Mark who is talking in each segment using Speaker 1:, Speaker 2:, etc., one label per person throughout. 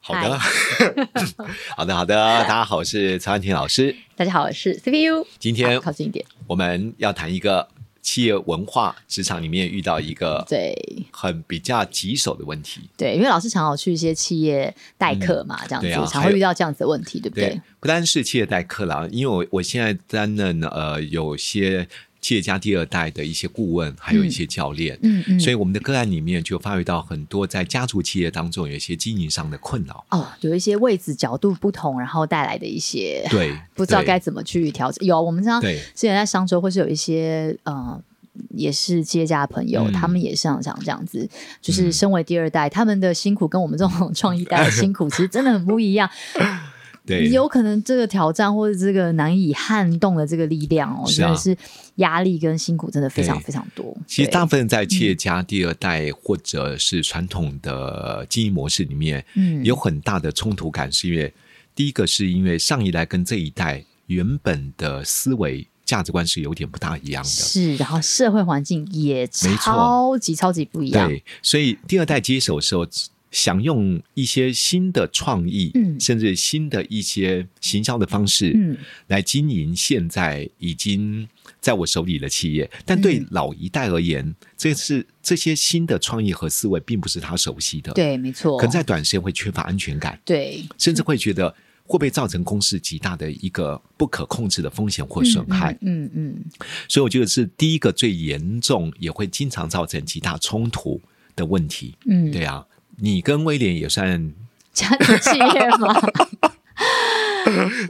Speaker 1: 好的， 好的，好的，大家好，我是曹安婷老师。
Speaker 2: 大家好，我是 CPU。
Speaker 1: 今天
Speaker 2: 啊靠近一点，
Speaker 1: 我们要谈一个企业文化职场里面遇到一个
Speaker 2: 对
Speaker 1: 很比较棘手的问题。
Speaker 2: 对，因为老师常有去一些企业代课嘛，这样
Speaker 1: 对啊
Speaker 2: 子常
Speaker 1: 还
Speaker 2: 会
Speaker 1: 有
Speaker 2: 遇到这样子的问题，对不对？，
Speaker 1: 不单是企业代课啦，因为我我现在担任呃有些企业家第二代的一些顾问，还有一些教练。
Speaker 2: 嗯嗯，
Speaker 1: 所以我们的个案里面就发觉到很多在家族企业当中有一些经营上的困扰，
Speaker 2: 哦，有一些位置角度不同，然后带来的一些
Speaker 1: 对
Speaker 2: 不知道
Speaker 1: 对
Speaker 2: 该怎么去调整。有，我们知道之
Speaker 1: 对
Speaker 2: 前在商周，或是有一些呃，也是企业家的朋友，
Speaker 1: 嗯
Speaker 2: 他们也像像这样子，就是
Speaker 1: 嗯
Speaker 2: 身为第二代，他们的辛苦跟我们这种创一代的辛苦，其实真的很不一样。
Speaker 1: 对，
Speaker 2: 有可能这个挑战或者这个难以撼动的这个力量哦，
Speaker 1: 是
Speaker 2: 真
Speaker 1: 啊
Speaker 2: 的是压力跟辛苦真的非常
Speaker 1: 对
Speaker 2: 非常多。
Speaker 1: 其实
Speaker 2: 对嗯
Speaker 1: 大部分在企业家第二代或者是传统的经营模式里面，
Speaker 2: 嗯
Speaker 1: 有很大的冲突感，是因为第一个是因为上一代跟这一代原本的思维价值观是有点不大一样的。
Speaker 2: 是，然后社会环境也
Speaker 1: 没错
Speaker 2: 超级超级不一样。
Speaker 1: 对，所以第二代接手的时候，想用一些新的创意，
Speaker 2: 嗯
Speaker 1: 甚至新的一些行销的方式，
Speaker 2: 嗯，
Speaker 1: 来经营现在已经在我手里的企业。但对
Speaker 2: 嗯
Speaker 1: 老一代而言，这是这些新的创意和思维并不是他熟悉的，，
Speaker 2: 对，没错。
Speaker 1: 可能在短时间会缺乏安全感，
Speaker 2: 对
Speaker 1: 甚至会觉得会不会造成公司极大的一个不可控制的风险或损害。
Speaker 2: 嗯嗯
Speaker 1: 所以我觉得是第一个最严重，也会经常造成极大冲突的问题。
Speaker 2: 嗯，
Speaker 1: 对啊，你跟威廉也算，
Speaker 2: 家族企业嘛，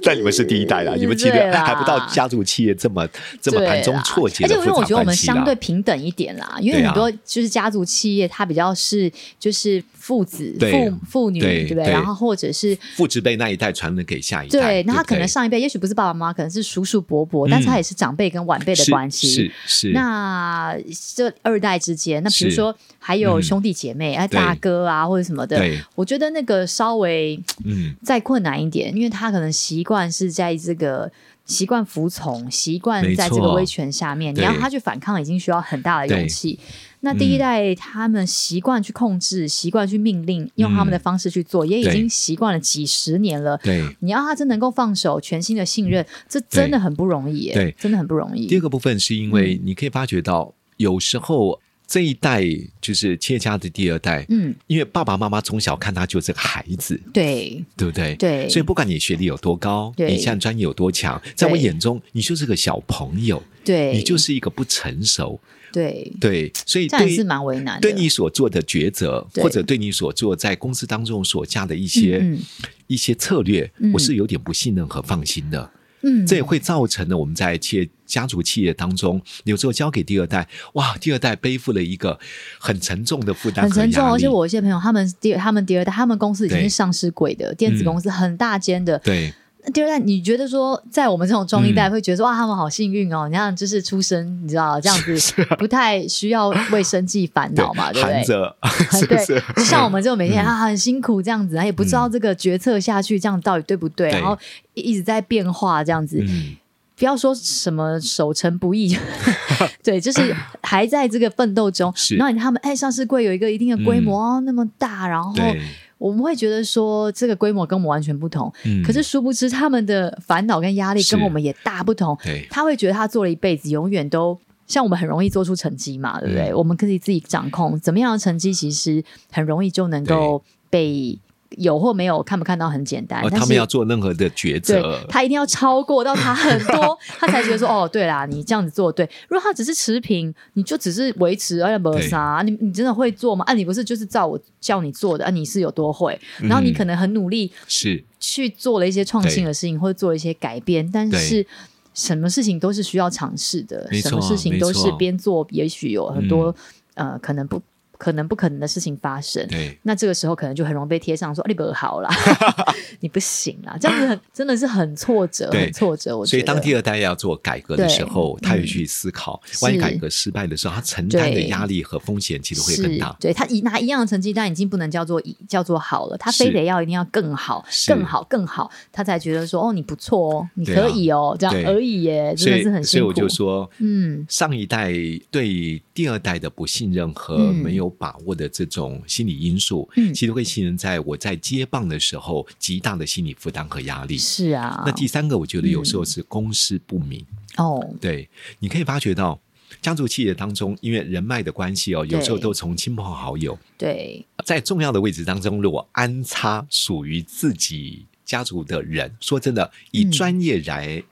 Speaker 1: 但你们是第一代啦，
Speaker 2: 嗯
Speaker 1: 你们其实
Speaker 2: 对啦
Speaker 1: 还不到家族企业这么 这么
Speaker 2: 对啦
Speaker 1: 盘中错节
Speaker 2: 而且
Speaker 1: 的
Speaker 2: 因
Speaker 1: 复
Speaker 2: 为
Speaker 1: 杂
Speaker 2: 我觉得我们
Speaker 1: 关系啦
Speaker 2: 相对平等一点啦，因为
Speaker 1: 对
Speaker 2: 很
Speaker 1: 啊
Speaker 2: 多就是家族企业，它比较是就是父子、
Speaker 1: 对
Speaker 2: 父父女，
Speaker 1: 对
Speaker 2: 对不对？
Speaker 1: 对
Speaker 2: 然后或者是
Speaker 1: 父职辈那一代传了给下一代，
Speaker 2: 对，那他
Speaker 1: 不
Speaker 2: 可能上一辈也许不是爸爸妈妈，可能是叔叔伯伯，但是他也是长辈跟晚辈的
Speaker 1: 嗯是
Speaker 2: 关系。
Speaker 1: 是是，
Speaker 2: 那这二代之间，那比如
Speaker 1: 是
Speaker 2: 说还有
Speaker 1: 嗯
Speaker 2: 兄弟姐妹，哎、
Speaker 1: 对
Speaker 2: 大哥啊或者什么的
Speaker 1: 对，
Speaker 2: 我觉得那个稍微
Speaker 1: 嗯，
Speaker 2: 再困难一点，因为他可能习惯是在这个习惯服从，习惯
Speaker 1: 没
Speaker 2: 在这
Speaker 1: 错
Speaker 2: 个威权下面，你
Speaker 1: 对
Speaker 2: 让他去反抗，已经需要很大的勇
Speaker 1: 对
Speaker 2: 气。那第一
Speaker 1: 嗯
Speaker 2: 代他们习惯去控制，习惯去命令，用他们的方式去做，也已
Speaker 1: 嗯对
Speaker 2: 经习惯了几十年了。
Speaker 1: 对。
Speaker 2: 你要他真能够放手，全新的信任，这真的很不容易耶，
Speaker 1: 嗯对
Speaker 2: 真的很不容易。
Speaker 1: 第二个部分是
Speaker 2: 嗯
Speaker 1: 因为你可以发觉到，有时候这一代就是企业家的第二代，
Speaker 2: 嗯，
Speaker 1: 因为爸爸妈妈从小看他就是个孩子，
Speaker 2: 对
Speaker 1: 对不对？
Speaker 2: 对，
Speaker 1: 所以不管你学历有多高，
Speaker 2: 对
Speaker 1: 你现在专业有多强，在我眼中，你就是个小朋友，
Speaker 2: 对，
Speaker 1: 你就是一个不成熟，
Speaker 2: 对，
Speaker 1: 对，所以
Speaker 2: 这样
Speaker 1: 对
Speaker 2: 也是蛮为难的。
Speaker 1: 对你所做的抉择，
Speaker 2: 对
Speaker 1: 或者对你所做在公司当中所下的一些、
Speaker 2: 嗯嗯
Speaker 1: 一些策略，
Speaker 2: 嗯
Speaker 1: 我是有点不信任和放心的。
Speaker 2: 嗯，
Speaker 1: 这也会造成了我们在企业家族企业当中，有时候交给第二代，哇，第二代背负了一个很沉重的负担，
Speaker 2: 很沉重，而且我有一些朋友，他们第他们第二代，他们公司已经是
Speaker 1: 对嗯
Speaker 2: 上市柜的电子公司，很大间的。
Speaker 1: 对
Speaker 2: 那第二代，你觉得说，在我们这种中一代，
Speaker 1: 嗯
Speaker 2: 会觉得说、哇，他们好幸运哦，你看就是出生，你知道这样子，
Speaker 1: 啊
Speaker 2: 不太需要为生计烦恼嘛，对不
Speaker 1: 含
Speaker 2: 对？
Speaker 1: 着 是不
Speaker 2: 对，
Speaker 1: 是？嗯
Speaker 2: 就像我们这种每天、啊很辛苦这样子，然后也不知道这个决策下去这样到底对不对，
Speaker 1: 对
Speaker 2: 然后一一直在变化这样子，
Speaker 1: 嗯，
Speaker 2: 不要说什么守成不易， 对，就是还在这个奋斗中。
Speaker 1: 是嗯
Speaker 2: 然后他们哎，上市柜有一个一定的规模、哦那么大，然后
Speaker 1: 对，
Speaker 2: 我们会觉得说这个规模跟我们完全不同，
Speaker 1: 嗯，
Speaker 2: 可是殊不知他们的烦恼跟压力跟
Speaker 1: 是
Speaker 2: 我们也大不同。
Speaker 1: 对
Speaker 2: 他会觉得他做了一辈子，永远都像我们很容易做出成绩
Speaker 1: 嗯
Speaker 2: 嘛，对不对？我们可以自己掌控怎么样的成绩，其实很容易就能够被有或没有看不看到很简单。
Speaker 1: 呃
Speaker 2: 哎但
Speaker 1: 他
Speaker 2: 是
Speaker 1: 们要做任何的抉
Speaker 2: 对
Speaker 1: 择，
Speaker 2: 他一定要超过到他很多，他才觉得 说哦，对啦，你这样子做对。如果他只是持平，你就只是维持，而且没啥，啊你你真的会做吗？啊，你不是就是照我叫你做的啊？你是有多会？然后你
Speaker 1: 嗯
Speaker 2: 可能很努力
Speaker 1: 是
Speaker 2: 去做了一些创新的事情，或者做了一些改变，但
Speaker 1: 对
Speaker 2: 是。什么事情都是需要尝试的，
Speaker 1: 没
Speaker 2: 什么
Speaker 1: 错
Speaker 2: 事情
Speaker 1: 没
Speaker 2: 都是
Speaker 1: 错
Speaker 2: 边做，也许有很多、呃，可能不可能不可能的事情发生。
Speaker 1: 对，
Speaker 2: 那这个时候可能就很容易被贴上说、啊、你不好 啦， 你不行啦，这样子很真的是很挫折，
Speaker 1: 对
Speaker 2: 很挫折。我觉
Speaker 1: 所
Speaker 2: 得，
Speaker 1: 以当第二代要做改革的时候，
Speaker 2: 对嗯
Speaker 1: 他也去思考，万一
Speaker 2: 是
Speaker 1: 改革失败的时候，他承担的
Speaker 2: 对
Speaker 1: 压力和风险其实会
Speaker 2: 是
Speaker 1: 更大。
Speaker 2: 对他一拿一样的成绩单已经不能叫做一叫做好了，他
Speaker 1: 是
Speaker 2: 非得要一定要更好、
Speaker 1: 是
Speaker 2: 更好、更好，他才觉得说哦，你不错哦，你
Speaker 1: 对啊
Speaker 2: 可以哦，这
Speaker 1: 对
Speaker 2: 样而已耶，
Speaker 1: 所
Speaker 2: 真的是很
Speaker 1: 以，所以
Speaker 2: 辛
Speaker 1: 我
Speaker 2: 苦。
Speaker 1: 就说，
Speaker 2: 嗯，
Speaker 1: 上一代对第二代的不信任和
Speaker 2: 嗯
Speaker 1: 没有把握的这种心理因素，
Speaker 2: 嗯
Speaker 1: 其实会形成在我在接棒的时候极大的心理负担和压力。
Speaker 2: 是啊，
Speaker 1: 那第三个，我觉得有时候是公私不明。
Speaker 2: 哦，
Speaker 1: 对，你可以发觉到家族企业当中，因为人脉的关系哦，有时候
Speaker 2: 对
Speaker 1: 都从亲朋好友，
Speaker 2: 对，
Speaker 1: 在重要的位置当中，如果安插属于自己家族的人，说真的，以
Speaker 2: 嗯
Speaker 1: 专业来、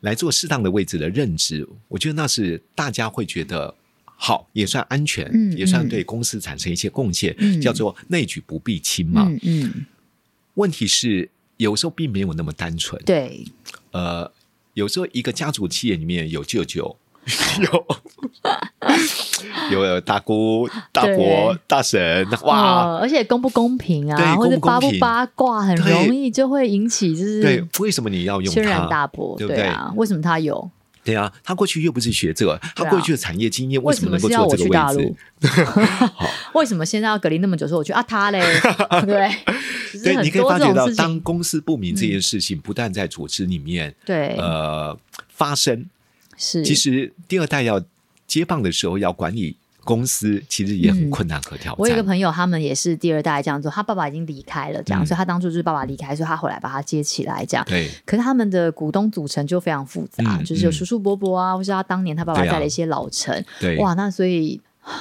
Speaker 1: 来做适当的位置的任职，我觉得那是大家会觉得。好，也算安全，
Speaker 2: 嗯
Speaker 1: 也算
Speaker 2: 嗯
Speaker 1: 对公司产生一些贡献，
Speaker 2: 嗯
Speaker 1: 叫做内举不避亲嘛。
Speaker 2: 嗯嗯，
Speaker 1: 问题是，有时候并没有那么单纯。
Speaker 2: 对，
Speaker 1: 呃，有时候一个家族企业里面有舅舅，有 有大姑、大伯
Speaker 2: 对、
Speaker 1: 大婶，哇，
Speaker 2: 哦而且公不公平
Speaker 1: 对
Speaker 2: 啊，或者
Speaker 1: 公
Speaker 2: 八
Speaker 1: 不公平
Speaker 2: 不八卦，很
Speaker 1: 对
Speaker 2: 容易就会引起就是
Speaker 1: 对，为什么你要用
Speaker 2: 嗯轩然
Speaker 1: 它？
Speaker 2: 大波，
Speaker 1: 对
Speaker 2: 对
Speaker 1: 不对
Speaker 2: 啊，为什么他有？
Speaker 1: 对啊，他过去又不是学这个，他
Speaker 2: 对啊
Speaker 1: 过去的产业经验
Speaker 2: 为
Speaker 1: 什么
Speaker 2: 么
Speaker 1: 能够
Speaker 2: 是要
Speaker 1: 坐
Speaker 2: 我
Speaker 1: 这
Speaker 2: 去
Speaker 1: 个
Speaker 2: 大
Speaker 1: 位置
Speaker 2: 陆？？为什么现在要隔离那么久？说我去啊他嘞，对不对，就是
Speaker 1: 对，
Speaker 2: 很
Speaker 1: 你可以
Speaker 2: 多
Speaker 1: 发
Speaker 2: 这
Speaker 1: 觉
Speaker 2: 种
Speaker 1: 到，
Speaker 2: 事
Speaker 1: 当
Speaker 2: 情，
Speaker 1: 公司不明这件事情不但在组织里面，
Speaker 2: 对，
Speaker 1: 呃，发生，
Speaker 2: 嗯是
Speaker 1: 其实第二代要接棒的时候要管理公司，其实也很
Speaker 2: 嗯
Speaker 1: 困难和挑
Speaker 2: 我有一个
Speaker 1: 战。
Speaker 2: 朋友，他们也是第二代这样做，他爸爸已经离开了，这样，
Speaker 1: 嗯
Speaker 2: 所以他当初就是爸爸离开，所以他回来把他接起来这样。
Speaker 1: 对，
Speaker 2: 可是他们的股东组成就非常复杂，
Speaker 1: 嗯
Speaker 2: 就是有
Speaker 1: 嗯
Speaker 2: 叔叔伯伯啊，或是他当年他爸爸
Speaker 1: 对啊
Speaker 2: 在的一些老臣，
Speaker 1: 对
Speaker 2: 哇，那所以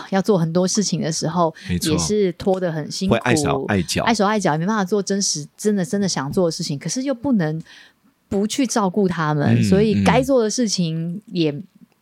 Speaker 2: 要做很多事情的时候
Speaker 1: 没，错
Speaker 2: 也是拖得很辛苦，
Speaker 1: 会碍手碍脚
Speaker 2: 碍手碍脚，也没办法做真实、真的、真的想做的事情，可是又不能不去照顾他们，
Speaker 1: 嗯
Speaker 2: 所以
Speaker 1: 嗯
Speaker 2: 该做的事情也。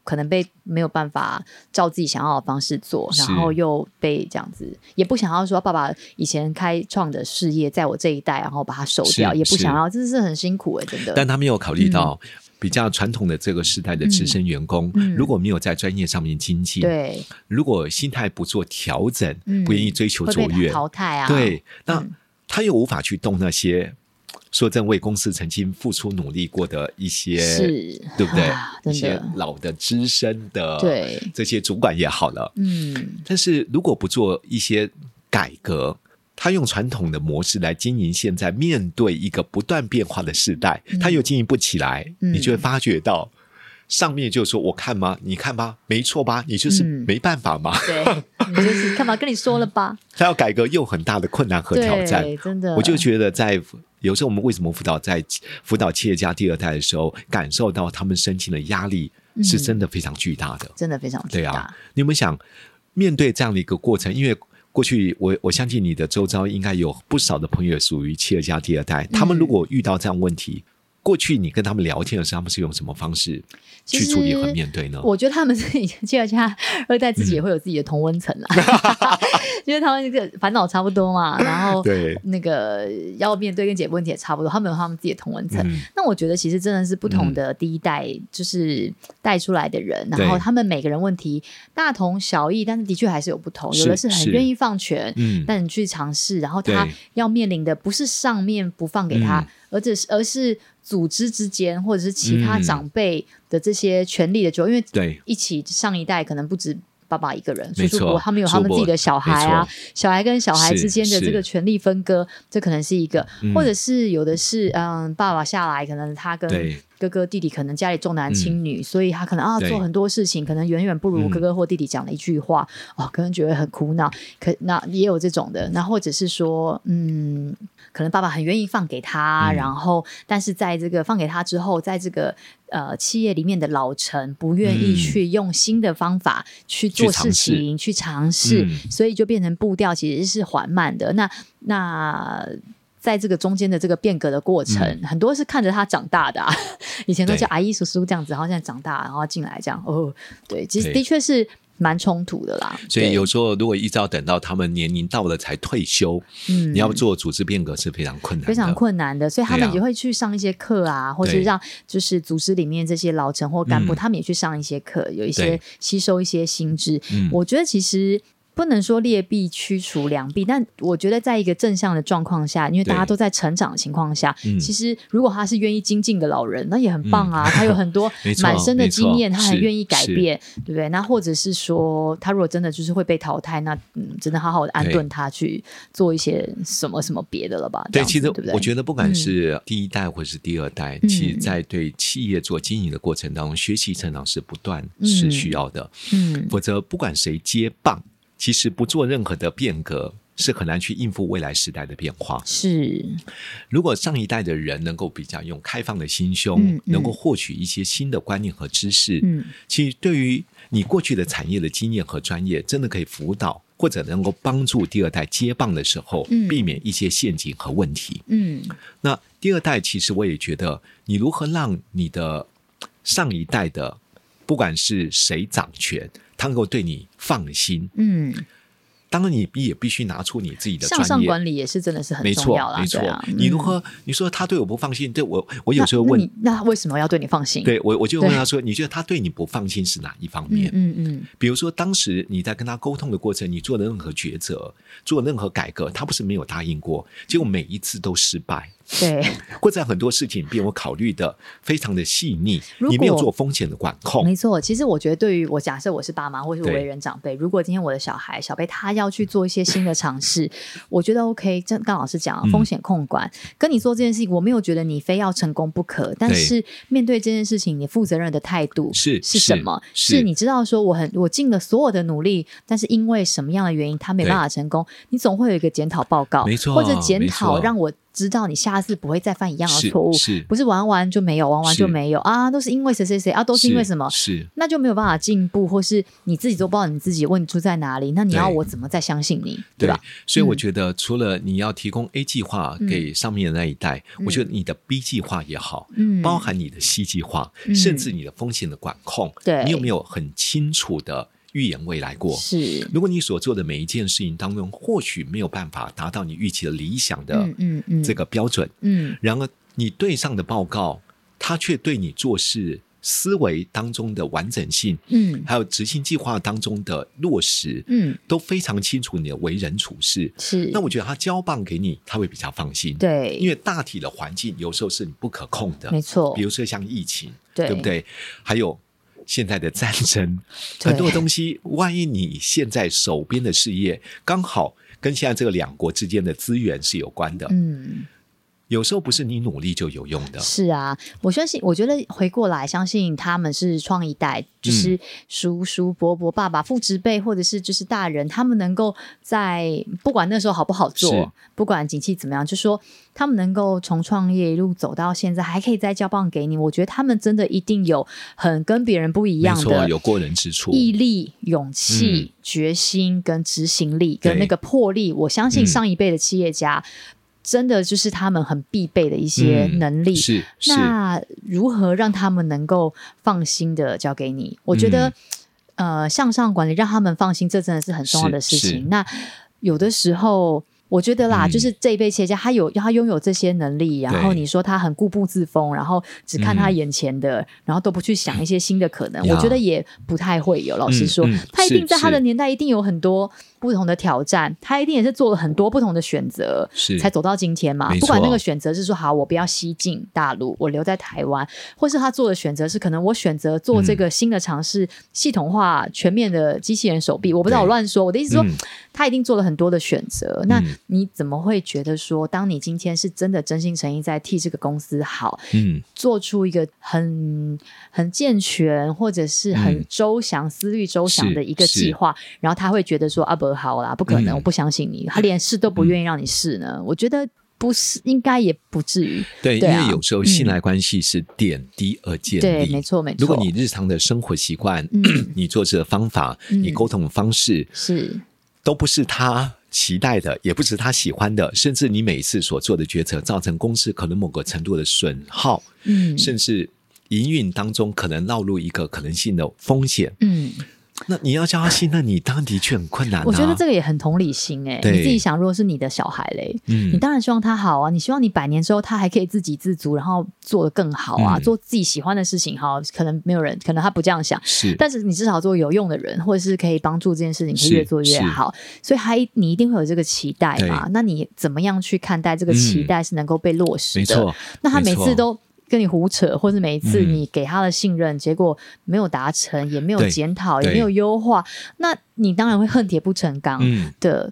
Speaker 2: 可能被没有办法照自己想要的方式做，
Speaker 1: 是
Speaker 2: 然后又被这样子，也不想要说爸爸以前开创的事业在我这一代，然后把它收掉，
Speaker 1: 是
Speaker 2: 也不
Speaker 1: 是
Speaker 2: 想要，真的是很辛苦哎、真的。
Speaker 1: 但他没有考虑到比较传统的这个时代的资深员工，
Speaker 2: 嗯嗯嗯
Speaker 1: 如果没有在专业上面精进，
Speaker 2: 对，
Speaker 1: 如果心态不做调整，
Speaker 2: 嗯
Speaker 1: 不愿意追求
Speaker 2: 会
Speaker 1: 卓
Speaker 2: 被
Speaker 1: 越，
Speaker 2: 淘汰啊。
Speaker 1: 对，那
Speaker 2: 嗯
Speaker 1: 他又无法去动那些说真为公司曾经付出努力过的一些，
Speaker 2: 是
Speaker 1: 对不对
Speaker 2: 啊？
Speaker 1: 一
Speaker 2: 真
Speaker 1: 些
Speaker 2: 的
Speaker 1: 老的资深的，
Speaker 2: 对
Speaker 1: 这些主管也好了，
Speaker 2: 嗯，
Speaker 1: 但是如果不做一些改革，他用传统的模式来经营现在面对一个不断变化的时代，他又经营不起来，
Speaker 2: 嗯
Speaker 1: 你就会发觉到上面就说：“我看吗？你看吧，没错吧？你就是
Speaker 2: 嗯
Speaker 1: 没办法嘛。
Speaker 2: 对，你就是干嘛跟你说了吧？
Speaker 1: 他要改革又很大的困难和挑战。
Speaker 2: 对，真的，
Speaker 1: 我就觉得在有时候我们为什么辅导在辅导企业家第二代的时候，感受到他们申请的压力
Speaker 2: 嗯
Speaker 1: 是真的非常巨大的。
Speaker 2: 真的非常
Speaker 1: 对
Speaker 2: 巨
Speaker 1: 啊
Speaker 2: 大，，
Speaker 1: 你有没有想面对这样的一个过程？因为过去我我相信你的周遭应该有不少的朋友属于企业家第
Speaker 2: 嗯
Speaker 1: 二代，他们如果遇到这样问题，过去你跟他们聊天的时候，他们是用什么方式去处理和面对呢？
Speaker 2: 我觉得他们自己企业家 二代自己也会有自己的同温层 啦，因为他们这个烦恼差不多嘛，然后
Speaker 1: 对
Speaker 2: 那个要面对跟解决问题也差不多，他们有他们自己的同温层。
Speaker 1: 嗯
Speaker 2: 那我觉得其实真的是不同的第一代就是带出来的人，
Speaker 1: 对
Speaker 2: 然后他们每个人问题大同小异，但是的确还是有不同，
Speaker 1: 是
Speaker 2: 有的是
Speaker 1: 是
Speaker 2: 很愿意放权，
Speaker 1: 嗯，
Speaker 2: 但你去尝试，然后他
Speaker 1: 对
Speaker 2: 要面临的不是上面不放给他，
Speaker 1: 嗯
Speaker 2: 而只是而是组织之间或者是其他
Speaker 1: 嗯
Speaker 2: 长辈的这些权利的纠纷，因为
Speaker 1: 对
Speaker 2: 一起上一代可能不止。爸爸一个人，
Speaker 1: 没
Speaker 2: 叔叔
Speaker 1: 错
Speaker 2: 伯他们有他们
Speaker 1: 叔伯
Speaker 2: 自己的小孩啊
Speaker 1: 没，
Speaker 2: 小孩跟小孩
Speaker 1: 是
Speaker 2: 之间的
Speaker 1: 是
Speaker 2: 这个权力分割，这可能是一个，
Speaker 1: 嗯
Speaker 2: 或者是有的是，嗯，爸爸下来，可能他跟
Speaker 1: 对
Speaker 2: 哥哥弟弟可能家里重男轻女，所以他可能啊
Speaker 1: 嗯对
Speaker 2: 做很多事情，可能远远不如
Speaker 1: 嗯
Speaker 2: 哥哥或弟弟讲的一句话，哦，可能觉得很苦恼。可那也有这种的，那或者是说，嗯，可能爸爸很愿意放给他，
Speaker 1: 嗯
Speaker 2: 然后但是在这个放给他之后，在这个呃企业里面的老臣不愿意
Speaker 1: 嗯
Speaker 2: 去用新的方法去
Speaker 1: 去
Speaker 2: 做
Speaker 1: 尝
Speaker 2: 事
Speaker 1: 试
Speaker 2: 情，去尝试，
Speaker 1: 嗯
Speaker 2: 所以就变成步调其实是缓慢的。那那。在这个中间的这个变革的过程，
Speaker 1: 嗯
Speaker 2: 很多是看着他长大的、啊， 以前都
Speaker 1: 对
Speaker 2: 叫阿姨叔叔这样子，然后现在长大，然后进来这样，哦，对，其实
Speaker 1: 对
Speaker 2: 的确是蛮冲突的啦。
Speaker 1: 所以
Speaker 2: 对
Speaker 1: 有时候如果依照等到他们年龄到了才退休，
Speaker 2: 嗯
Speaker 1: 你要做组织变革是非常困难的，
Speaker 2: 非常困难的，所以他
Speaker 1: 对
Speaker 2: 们
Speaker 1: 啊
Speaker 2: 也会去上一些课啊，或是
Speaker 1: 对
Speaker 2: 让就是组织里面这些老臣或干部，
Speaker 1: 嗯
Speaker 2: 他们也去上一些课，有一些
Speaker 1: 对
Speaker 2: 吸收一些新知。
Speaker 1: 嗯
Speaker 2: 我觉得其实。不能说劣币驱逐良币，但我觉得在一个正向的状况下，因为大家
Speaker 1: 对
Speaker 2: 都在成长的情况下，
Speaker 1: 嗯
Speaker 2: 其实如果他是愿意精进的老人，那也很棒 啊，他有很多
Speaker 1: 没错
Speaker 2: 满身的
Speaker 1: 没错
Speaker 2: 经验，他很
Speaker 1: 是
Speaker 2: 愿意改
Speaker 1: 是
Speaker 2: 变，对不对？那或者是说，他如果真的就是会被淘汰，那嗯，真的好好的安
Speaker 1: 对
Speaker 2: 顿他去做一些什么什么别的了吧？这
Speaker 1: 对，
Speaker 2: 样子
Speaker 1: 其实
Speaker 2: 对不对？
Speaker 1: 我觉
Speaker 2: 得
Speaker 1: 得不管是第一代或是第二代，
Speaker 2: 嗯
Speaker 1: 其实在对企业做经营的过程当中，学习成长是不断
Speaker 2: 嗯
Speaker 1: 是需要的，
Speaker 2: 嗯，
Speaker 1: 否则不管谁接棒，其实不做任何的变革。是很难去应付未来时代的变化。
Speaker 2: 是
Speaker 1: 如果上一代的人能够比较用开放的心胸，
Speaker 2: 嗯嗯
Speaker 1: 能够获取一些新的观念和知识，
Speaker 2: 嗯
Speaker 1: 其实对于你过去的产业的经验和专业，真的可以辅导或者能够帮助第二代接棒的时候，
Speaker 2: 嗯
Speaker 1: 避免一些陷阱和问题。
Speaker 2: 嗯
Speaker 1: 那第二代，其实我也觉得，你如何让你的上一代的，不管是谁掌权，他能够对你放心。
Speaker 2: 嗯，
Speaker 1: 当然，你也必须拿出你自己的
Speaker 2: 向上
Speaker 1: 专业。
Speaker 2: 管理也是真的是很
Speaker 1: 没
Speaker 2: 重
Speaker 1: 错
Speaker 2: 要，啦，
Speaker 1: 没错
Speaker 2: 对啊。
Speaker 1: 你如
Speaker 2: 嗯
Speaker 1: 何？你说他对我不放心，对我，我有
Speaker 2: 那
Speaker 1: 时候
Speaker 2: 那嗯
Speaker 1: 问，
Speaker 2: 你那为什么要对你放心？
Speaker 1: 对我，我就
Speaker 2: 对
Speaker 1: 问他说：“你觉得他对你不放心是哪一方
Speaker 2: 嗯，
Speaker 1: 面？”
Speaker 2: 嗯嗯
Speaker 1: 比如说，当时你在跟他沟通的过程，你做的任何抉择、做任何改革，他不是没有答应过，结果每一次都失败，
Speaker 2: 对，
Speaker 1: 或者很多事情被我考虑的非常的细腻
Speaker 2: 如，果
Speaker 1: 你没有做风险的管控
Speaker 2: 没。错。其实我觉得，对于我假设我是爸妈，或是我
Speaker 1: 对
Speaker 2: 为人长辈，如果今天我的小孩小贝他要去做一些新的尝试，我觉得 OK。这刚老师讲啊
Speaker 1: 嗯
Speaker 2: 风险控管，跟你做这件事情，我没有觉得你非要成功不可，但是面对这件事情，你负责任的态度
Speaker 1: 是
Speaker 2: 是
Speaker 1: 是
Speaker 2: 什么？
Speaker 1: 是
Speaker 2: 是你知道说我很我尽了所有的努力，但是因为什么样的原因他没
Speaker 1: 对
Speaker 2: 办法成功，你总会有一个检讨报告，
Speaker 1: 没错
Speaker 2: 或者检
Speaker 1: 没
Speaker 2: 讨
Speaker 1: 错
Speaker 2: 让我知道你下次不会再犯一样的
Speaker 1: 是
Speaker 2: 错误，
Speaker 1: 是
Speaker 2: 不是玩完就没有，玩完
Speaker 1: 是
Speaker 2: 就没有啊，都是因为谁谁谁啊，都是因为什么，
Speaker 1: 是
Speaker 2: 那就没有办法进步，或是你自己都不知道你自己问题出在哪里，那你
Speaker 1: 对
Speaker 2: 要我怎么再相信你，
Speaker 1: 对
Speaker 2: 吧？？
Speaker 1: 所以我
Speaker 2: 嗯
Speaker 1: 觉得，除了你要提供 A 计划给上面的那一代，我觉得你的 B 计划也好，
Speaker 2: 嗯
Speaker 1: 包含你的 C 计划，
Speaker 2: 嗯
Speaker 1: 甚至你的风险的管控，
Speaker 2: 对
Speaker 1: 你有没有很清楚的预言未来过？
Speaker 2: 是，
Speaker 1: 如果你所做的每一件事情当中，或许没有办法达到你预期的理想的
Speaker 2: 嗯嗯嗯，
Speaker 1: 这个标准，
Speaker 2: 嗯
Speaker 1: 然而你对上的报告，它却对你做事思维当中的完整性，
Speaker 2: 嗯
Speaker 1: 还有执行计划当中的落实，
Speaker 2: 嗯
Speaker 1: 都非常清楚你的为人处事。
Speaker 2: 是，
Speaker 1: 那我觉得他交棒给你，他会比较放心。，
Speaker 2: 对，
Speaker 1: 因为大体的环境有时候是你不可控的，
Speaker 2: 没错
Speaker 1: 比，如说像疫情，
Speaker 2: 对
Speaker 1: 不对？还有现在的战争，
Speaker 2: 对
Speaker 1: 很多东西，万一你现在手边的事业刚好跟现在这个两国之间的资源是有关的，
Speaker 2: 嗯。
Speaker 1: 有时候不是你努力就有用的。
Speaker 2: 是啊，我相信，我觉得回过来，相信他们是创一代，
Speaker 1: 嗯
Speaker 2: 就是叔叔、伯伯、爸爸、父执辈，或者是就是大人，他们能够在不管那时候好不好
Speaker 1: 是
Speaker 2: 做，不管景气怎么样，就说他们能够从创业一路走到现在，还可以再交棒给你，我觉得他们真的一定有很跟别人不一
Speaker 1: 没
Speaker 2: 样
Speaker 1: 错，
Speaker 2: 的
Speaker 1: 有过人之处。
Speaker 2: 毅力、勇气、决心跟执行力跟
Speaker 1: 对
Speaker 2: 那个魄力，我相信
Speaker 1: 嗯
Speaker 2: 上一辈的企业家。真的就是他们很必备的一些
Speaker 1: 嗯
Speaker 2: 能力，
Speaker 1: 是是，
Speaker 2: 那如何让他们能够放心的交给你？我觉
Speaker 1: 嗯
Speaker 2: 得，呃，向上管理让他们放心，这真的是很重要的事
Speaker 1: 是
Speaker 2: 情。那有的时候。我觉得啦，
Speaker 1: 嗯
Speaker 2: 就是这一辈企业家，他有他拥有这些能力，然后
Speaker 1: 对
Speaker 2: 你说他很固步自封，然后只看他
Speaker 1: 嗯
Speaker 2: 眼前的，然后都不去想一些新的可能，
Speaker 1: 呀
Speaker 2: 我觉得也不太会有。老实
Speaker 1: 嗯
Speaker 2: 说，
Speaker 1: 嗯
Speaker 2: 他一
Speaker 1: 是
Speaker 2: 定在他的
Speaker 1: 是
Speaker 2: 年代一定有很多不同的挑战，他一定也是做了很多不同的选择，
Speaker 1: 是嗯
Speaker 2: 才走到今天嘛。
Speaker 1: 没
Speaker 2: 不管那
Speaker 1: 错
Speaker 2: 个选择是说好，我不要西进大陆，我留在台湾，或是他做的选择是可能我选择做
Speaker 1: 嗯
Speaker 2: 这个新的尝试，系统化全面的机器人手臂。我不知道
Speaker 1: 对
Speaker 2: 我乱说，我的意思说、
Speaker 1: 嗯
Speaker 2: 他一定做了很多的选择。那
Speaker 1: 嗯
Speaker 2: 你怎么会觉得说，当你今天是真的真心诚意在替这个公司好，
Speaker 1: 嗯，
Speaker 2: 做出一个很很健全或者是很
Speaker 1: 嗯
Speaker 2: 周详、思虑周详
Speaker 1: 是
Speaker 2: 的一个
Speaker 1: 是
Speaker 2: 计划，然后他会觉得说啊不好啦，不可能，
Speaker 1: 嗯
Speaker 2: 我不相信你，他连试都不愿意让你试呢。我觉得不是，应该也不至于。
Speaker 1: 对，
Speaker 2: 对啊
Speaker 1: 因为有时候信赖关系是点滴而建立。
Speaker 2: 对，没。错，没错。
Speaker 1: 如果你日常的生活习惯、
Speaker 2: 嗯
Speaker 1: 你做事的方法、
Speaker 2: 嗯
Speaker 1: 你沟通的方式，
Speaker 2: 是
Speaker 1: 都不是他期待的，也不是他喜欢的，甚至你每一次所做的决策，造成公司可能某个程度的损耗，
Speaker 2: 嗯
Speaker 1: 甚至营运当中可能落入一个可能性的风险，
Speaker 2: 嗯，
Speaker 1: 那你要叫他信，那你当然的确很困难、啊。
Speaker 2: 我觉得这个也很同理心哎、
Speaker 1: 对
Speaker 2: 你自己想，如果是你的小孩嘞，
Speaker 1: 嗯
Speaker 2: 你当然希望他好啊，你希望你百年之后他还可以自给自足，然后做得更好啊，
Speaker 1: 嗯
Speaker 2: 做自己喜欢的事情哈。可能没有人，可能他不这样想，
Speaker 1: 是，
Speaker 2: 但是你至少做有用的人，或者是可以帮助这件事情，可以
Speaker 1: 是
Speaker 2: 越做越
Speaker 1: 是
Speaker 2: 好。所以还你一定会有这个期待嘛？
Speaker 1: 对
Speaker 2: 那你怎么样去看待这个期
Speaker 1: 嗯
Speaker 2: 待是能够被落实
Speaker 1: 没
Speaker 2: 的？
Speaker 1: 错。
Speaker 2: 那他每
Speaker 1: 没
Speaker 2: 次
Speaker 1: 错
Speaker 2: 都跟你胡扯，或是每一次
Speaker 1: 嗯
Speaker 2: 你给他的信任，结果没有达成，也没有
Speaker 1: 对
Speaker 2: 检讨，也
Speaker 1: 嗯对
Speaker 2: 没有优化，那你当然会恨铁不成钢
Speaker 1: 嗯，
Speaker 2: 的，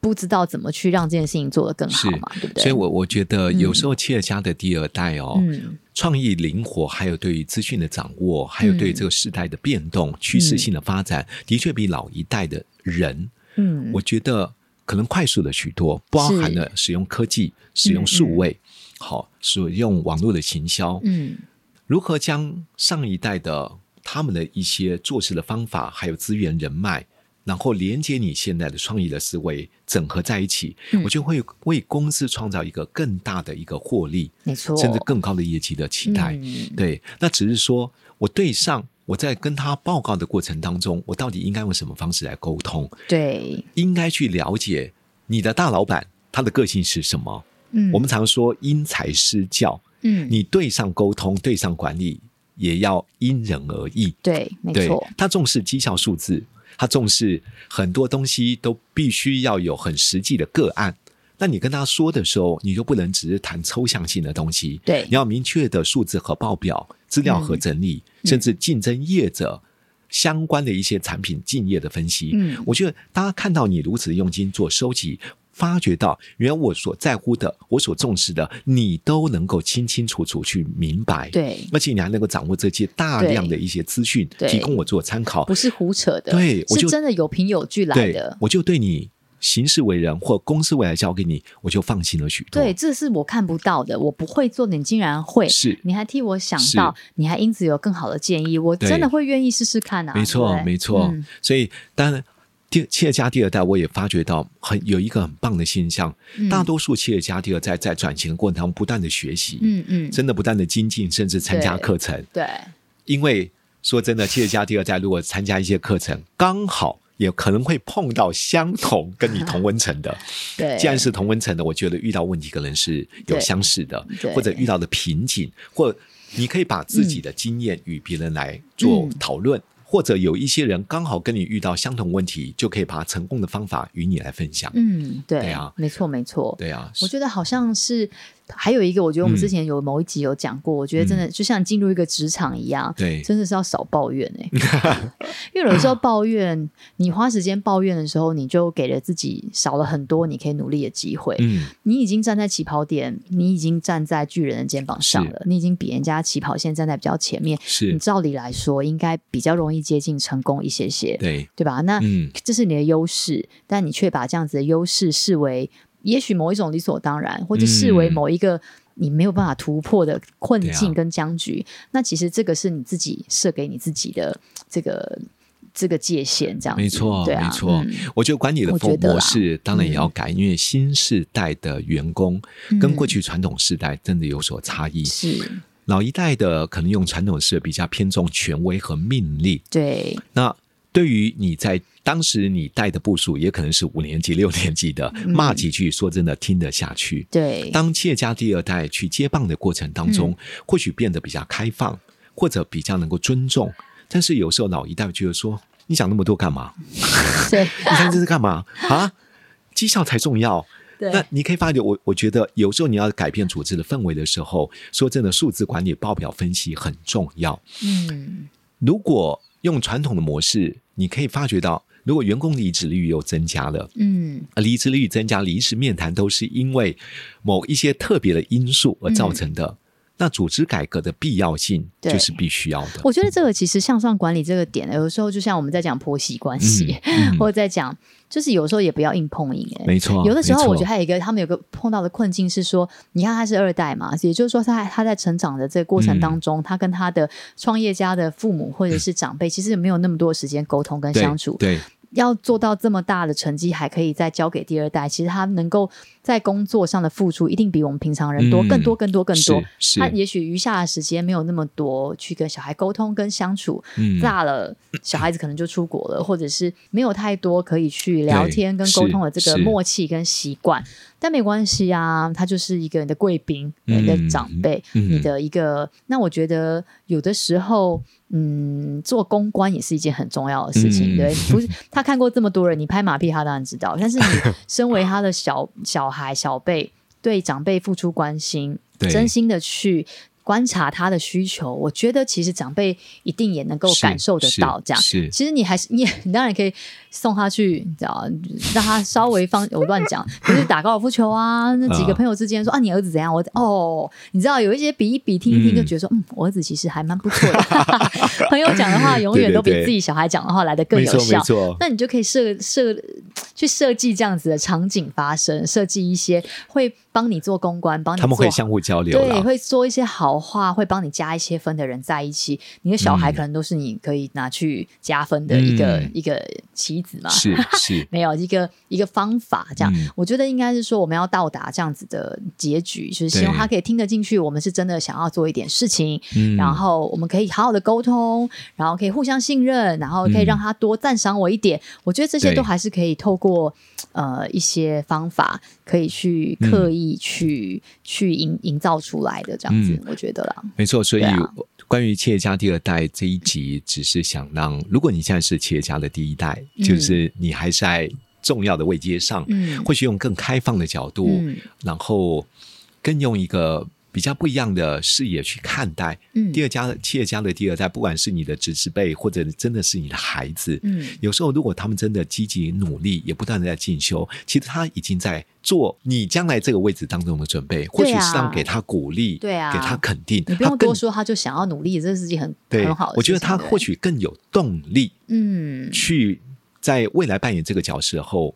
Speaker 2: 不知道怎么去让这件事情做得更好嘛，对不对？
Speaker 1: 所以我我觉得有
Speaker 2: 嗯
Speaker 1: 时候企业家的第二代哦，
Speaker 2: 嗯
Speaker 1: 创意灵活，还有对于资讯的掌握，还有对这个时代的变动、趋势性的发展，的确比老一代的人，
Speaker 2: 嗯，
Speaker 1: 我觉得可能快速了许多，包含了使用科技、使用数位，好、使用网络的行销，
Speaker 2: 嗯
Speaker 1: 如何将上一代的他们的一些做事的方法，还有资源人脉，然后连接你现在的创意的思维，整合在一起，
Speaker 2: 嗯
Speaker 1: 我就会为公司创造一个更大的一个获利，
Speaker 2: 没错，
Speaker 1: 甚至更高的业绩的期待。
Speaker 2: 嗯
Speaker 1: 对，那只是说我对上。我在跟他报告的过程当中，我到底应该用什么方式来沟通？
Speaker 2: 对，
Speaker 1: 应该去了解你的大老板他的个性是什么？
Speaker 2: 嗯，
Speaker 1: 我们常说因材施教，
Speaker 2: 嗯
Speaker 1: 你对上沟通、对上管理，也要因人而异。
Speaker 2: 对，没
Speaker 1: 对
Speaker 2: 错，，
Speaker 1: 他重视绩效数字，他重视很多东西都必须要有很实际的个案。那你跟他说的时候，你就不能只是谈抽象性的东西，
Speaker 2: 对嗯
Speaker 1: 你要明确的数字和报表、资料和整理，甚至竞争业者相关的一些产品竞业的分析。
Speaker 2: 嗯
Speaker 1: 我觉得大家看到你如此用心做收集，发觉到原来我所在乎的、我所重视的，你都能够清清楚楚去明白。
Speaker 2: 对，
Speaker 1: 而且你还能够掌握这些大量的一些资讯
Speaker 2: 对，
Speaker 1: 提供我做参考
Speaker 2: 不。是胡扯的，
Speaker 1: 哦对我
Speaker 2: 是
Speaker 1: 就
Speaker 2: 真的有凭有据来
Speaker 1: 对
Speaker 2: 的，。
Speaker 1: 我就对你行事为人或公司未来交给你，我就放心了许多。
Speaker 2: 对，，这是我看不到的，我不会做的，你竟然会，
Speaker 1: 是
Speaker 2: 你还替我想
Speaker 1: 是
Speaker 2: 到，你还因此有更好的建议，我
Speaker 1: 对
Speaker 2: 真的会愿意试试看啊！
Speaker 1: 没错
Speaker 2: 对，
Speaker 1: 没错。
Speaker 2: 嗯
Speaker 1: 所以当然。第企业家第二代，我也发觉到很有一个很棒的现象，
Speaker 2: 嗯
Speaker 1: 大多数企业家第二代在转型的过程当中不断的学习，
Speaker 2: 嗯嗯，
Speaker 1: 真的不断的精进，甚至参加
Speaker 2: 对
Speaker 1: 课程。
Speaker 2: 对，
Speaker 1: 因为说真的，企业家第二代如果参加一些课程，刚好也可能会碰到相同跟你同温层的。
Speaker 2: 对，
Speaker 1: 既然是同温层的，我觉得遇到问题可能是有相似的
Speaker 2: 对，
Speaker 1: 或者遇到的瓶颈，或你可以把自己的经验与别人来做讨论。或者有一些人刚好跟你遇到相同问题，就可以把成功的方法与你来分享。
Speaker 2: 嗯，对，
Speaker 1: 对啊
Speaker 2: 没错没错，
Speaker 1: 对啊，
Speaker 2: 我觉得好像是还有一个，我觉得我们
Speaker 1: 嗯
Speaker 2: 之前有某一集有讲过，我觉得真的就像进入一个职场一样，
Speaker 1: 对
Speaker 2: 真的是要少抱怨 哎、因为有的时候抱怨，你花时间抱怨的时候，你就给了自己少了很多你可以努力的机会。
Speaker 1: 嗯，
Speaker 2: 你已经站在起跑点，你已经站在巨人的肩膀上了，你已经比人家起跑线站在比较前面，你
Speaker 1: 是
Speaker 2: 照理来说应该比较容易接近成功一些些，
Speaker 1: 对，
Speaker 2: 对吧？那
Speaker 1: 嗯，
Speaker 2: 这是你的优势，但你却把这样子的优势视为也许某一种理所当然，或者视为
Speaker 1: 嗯
Speaker 2: 某一个你没有办法突破的困
Speaker 1: 对
Speaker 2: 境
Speaker 1: 啊
Speaker 2: 跟僵局。那其实这个是你自己设给你自己的这个这个界限，这样子
Speaker 1: 没错，
Speaker 2: 对啊，
Speaker 1: 没错
Speaker 2: 嗯。
Speaker 1: 我觉得管理的
Speaker 2: 我觉得啦
Speaker 1: 模式当然也要改，因为新世代的员工跟过去传统世代真的有所差异。
Speaker 2: 嗯是，
Speaker 1: 老一代的可能用传统式比较偏重权威和命令，
Speaker 2: 对，
Speaker 1: 那对于你在当时你带的部署，也可能是五年级、六年级的，骂几句，说真的听得下去。
Speaker 2: 嗯对，嗯
Speaker 1: 当企业家第二代去接棒的过程当中，或许变得比较开放，或者比较能够尊重，但是有时候老一代觉得说，你讲那么多干嘛？
Speaker 2: 对，
Speaker 1: 你看这是干嘛啊？绩效才重要。
Speaker 2: 对
Speaker 1: 那你可以发觉，我我觉得有时候你要改变组织的氛围的时候，说真的，数字管理、报表分析很重要。
Speaker 2: 嗯，
Speaker 1: 如果用传统的模式，你可以发觉到，如果员工离职率又增加了，
Speaker 2: 嗯，
Speaker 1: 离职率增加、离职面谈都是因为某一些特别的因素而造成的。那组织改革的必要性
Speaker 2: 嗯对
Speaker 1: 就是必须要的。
Speaker 2: 我觉得这个其实向上管理这个点，有的时候就像我们在讲婆媳关系，
Speaker 1: 嗯
Speaker 2: 或者在讲，就是有时候也不要硬碰硬、欸，
Speaker 1: 没错，
Speaker 2: 有的时候，
Speaker 1: 哦没错
Speaker 2: 我觉得还有一个他们有个碰到的困境是说，你看他是二代嘛，也就是说他他在成长的这个过程
Speaker 1: 嗯
Speaker 2: 当中，他跟他的创业家的父母或者是长辈，其实没有那么多时间沟通跟
Speaker 1: 对
Speaker 2: 相处。
Speaker 1: 对
Speaker 2: 要做到这么大的成绩，还可以再交给第二代，其实他能够在工作上的付出一定比我们平常人多，
Speaker 1: 嗯
Speaker 2: 更多、更多、更多。
Speaker 1: 是
Speaker 2: 他
Speaker 1: 是，
Speaker 2: 也许余下的时间没有那么多去跟小孩沟通跟相处，
Speaker 1: 嗯
Speaker 2: 大了小孩子可能就出国 了，或者是没有太多可以去聊天跟沟通的这
Speaker 1: 是
Speaker 2: 个
Speaker 1: 是
Speaker 2: 默契跟习惯，但没关系啊，他就是一个你的贵宾，
Speaker 1: 嗯
Speaker 2: 你的长辈，
Speaker 1: 嗯
Speaker 2: 你的一个。那我觉得有的时候，嗯，做公关也是一件很重要的事情，
Speaker 1: 嗯
Speaker 2: 对，不是他看过这么多人，你拍马屁他当然知道，但是你身为他的小 小孩小辈，对长辈付出关心，
Speaker 1: 对
Speaker 2: 真心的去。观察他的需求，我觉得其实长辈一定也能够
Speaker 1: 是
Speaker 2: 感受得
Speaker 1: 是
Speaker 2: 到。这样，
Speaker 1: 是
Speaker 2: 其实你还是你也，你当然可以送他去，你知道，让他稍微放。我乱 讲，就是打高尔夫球啊，那几个朋友之间说啊，你儿子怎样？我哦，你知道有一些比一比、听一听，
Speaker 1: 嗯
Speaker 2: 就觉得说，嗯，我儿子其实还蛮不错 的。朋友讲的话永远都比
Speaker 1: 对对对
Speaker 2: 自己小孩讲的话来的更
Speaker 1: 没
Speaker 2: 有
Speaker 1: 错没
Speaker 2: 效。
Speaker 1: 错，
Speaker 2: 那你就可以设设去设计这样子的场景发生，设计一些会帮你做公关，帮你
Speaker 1: 他们
Speaker 2: 做
Speaker 1: 会相互交流
Speaker 2: 对，
Speaker 1: 啦。
Speaker 2: 会说一些好话，会帮你加一些分的人在一起，你的小孩
Speaker 1: 嗯
Speaker 2: 可能都是你可以拿去加分的一个、
Speaker 1: 嗯
Speaker 2: 一个棋子嘛。，
Speaker 1: 是是
Speaker 2: 没有一个一个方法，这样、
Speaker 1: 嗯
Speaker 2: 我觉得应该是说我们要到达这样子的结局，就是希望
Speaker 1: 对
Speaker 2: 他可以听得进去，我们是真的想要做一点事情，
Speaker 1: 嗯
Speaker 2: 然后我们可以好好的沟通，然后可以互相信任，然后可以让他多赞赏我一点。我觉得这些
Speaker 1: 对
Speaker 2: 都还是可以透过呃一些方法，可以去
Speaker 1: 嗯
Speaker 2: 刻意去、去营营造出来的这样子，
Speaker 1: 嗯
Speaker 2: 我觉得啦。
Speaker 1: 没错，所以
Speaker 2: 对啊
Speaker 1: 关于企业家第二代这一集，只是想让，如果你现在是企业家的第一代，
Speaker 2: 嗯
Speaker 1: 就是你还是在重要的位阶上，
Speaker 2: 嗯
Speaker 1: 或许用更开放的角度，
Speaker 2: 嗯
Speaker 1: 然后更用一个比较不一样的视野去看待。
Speaker 2: 嗯
Speaker 1: 第二家企业家的第二代，不管是你的侄子辈，或者真的是你的孩子，
Speaker 2: 嗯
Speaker 1: 有时候如果他们真的积极努力，也不断的在进修，其实他已经在做你将来这个位置当中的准备，或许
Speaker 2: 对啊
Speaker 1: 适当给他鼓励，
Speaker 2: 对啊
Speaker 1: 给他肯定，
Speaker 2: 你不用
Speaker 1: 他更
Speaker 2: 多说，他就想要努力，这是一件很
Speaker 1: 对，
Speaker 2: 很好的事情。
Speaker 1: 我觉得他
Speaker 2: 对不对
Speaker 1: 或许更有动力
Speaker 2: 嗯
Speaker 1: 去在未来扮演这个角色后，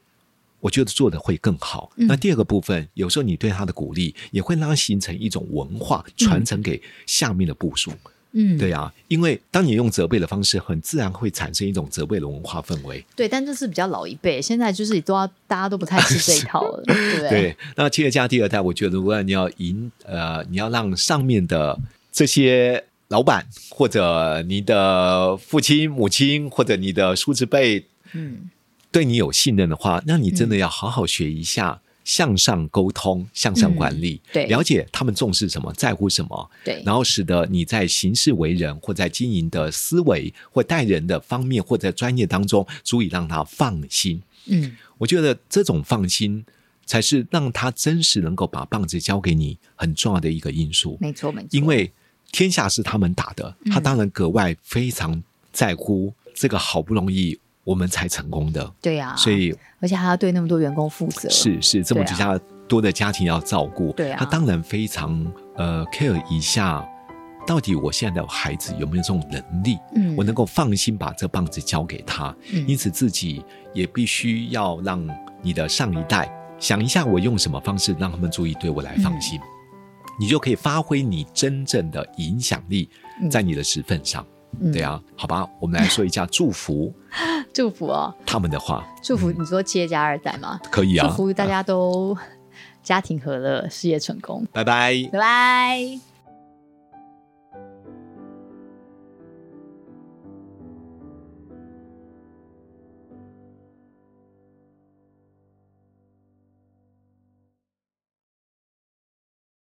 Speaker 1: 我觉得做的会更好。
Speaker 2: 嗯
Speaker 1: 那第二个部分，有时候你对他的鼓励，也会让他形成一种文化，传承给下面的部署。
Speaker 2: 嗯
Speaker 1: 对啊，因为当你用责备的方式，很自然会产生一种责备的文化氛围。
Speaker 2: 对，但这是比较老一辈，现在就是都要大家都不太吃这一套 了，对不对？
Speaker 1: 对，那企业家第二代，我觉得如果你要赢，呃，你要让上面的这些老板或者你的父亲、母亲或者你的叔侄辈
Speaker 2: 嗯
Speaker 1: 对你有信任的话，那你真的要好好学一下向上沟通、向上管理，
Speaker 2: 嗯对
Speaker 1: 了解他们重视什么、在乎什么，
Speaker 2: 对，
Speaker 1: 然后使得你在行事为人或在经营的思维或待人的方面或在专业当中，足以让他放心。
Speaker 2: 嗯
Speaker 1: 我觉得这种放心。才是让他真实能够把棒子交给你很重要的一个因素，
Speaker 2: 没错没错，
Speaker 1: 因为天下是他们打的，他
Speaker 2: 嗯
Speaker 1: 当然格外非常在乎这个好不容易我们才成功的，
Speaker 2: 对呀、啊，
Speaker 1: 所以
Speaker 2: 而且还要对那么多员工负责，
Speaker 1: 是是，这么
Speaker 2: 对啊
Speaker 1: 之下多的家庭要照顾，
Speaker 2: 对啊
Speaker 1: 他当然非常呃 care 一下，到底我现在的孩子有没有这种能力，
Speaker 2: 嗯
Speaker 1: 我能够放心把这棒子交给他，
Speaker 2: 嗯
Speaker 1: 因此自己也必须要让你的上一代想一下，我用什么方式让他们注意对我来放
Speaker 2: 嗯
Speaker 1: 心，你就可以发挥你真正的影响力
Speaker 2: 嗯
Speaker 1: 在你的职份上，
Speaker 2: 嗯
Speaker 1: 对啊，好吧，我们来说一下祝福
Speaker 2: 祝福哦，
Speaker 1: 他们的话，
Speaker 2: 祝福你说企业家二代嘛，
Speaker 1: 可以 啊
Speaker 2: 祝，福大家都家庭和乐，事业成功，
Speaker 1: 拜拜。
Speaker 2: 拜拜。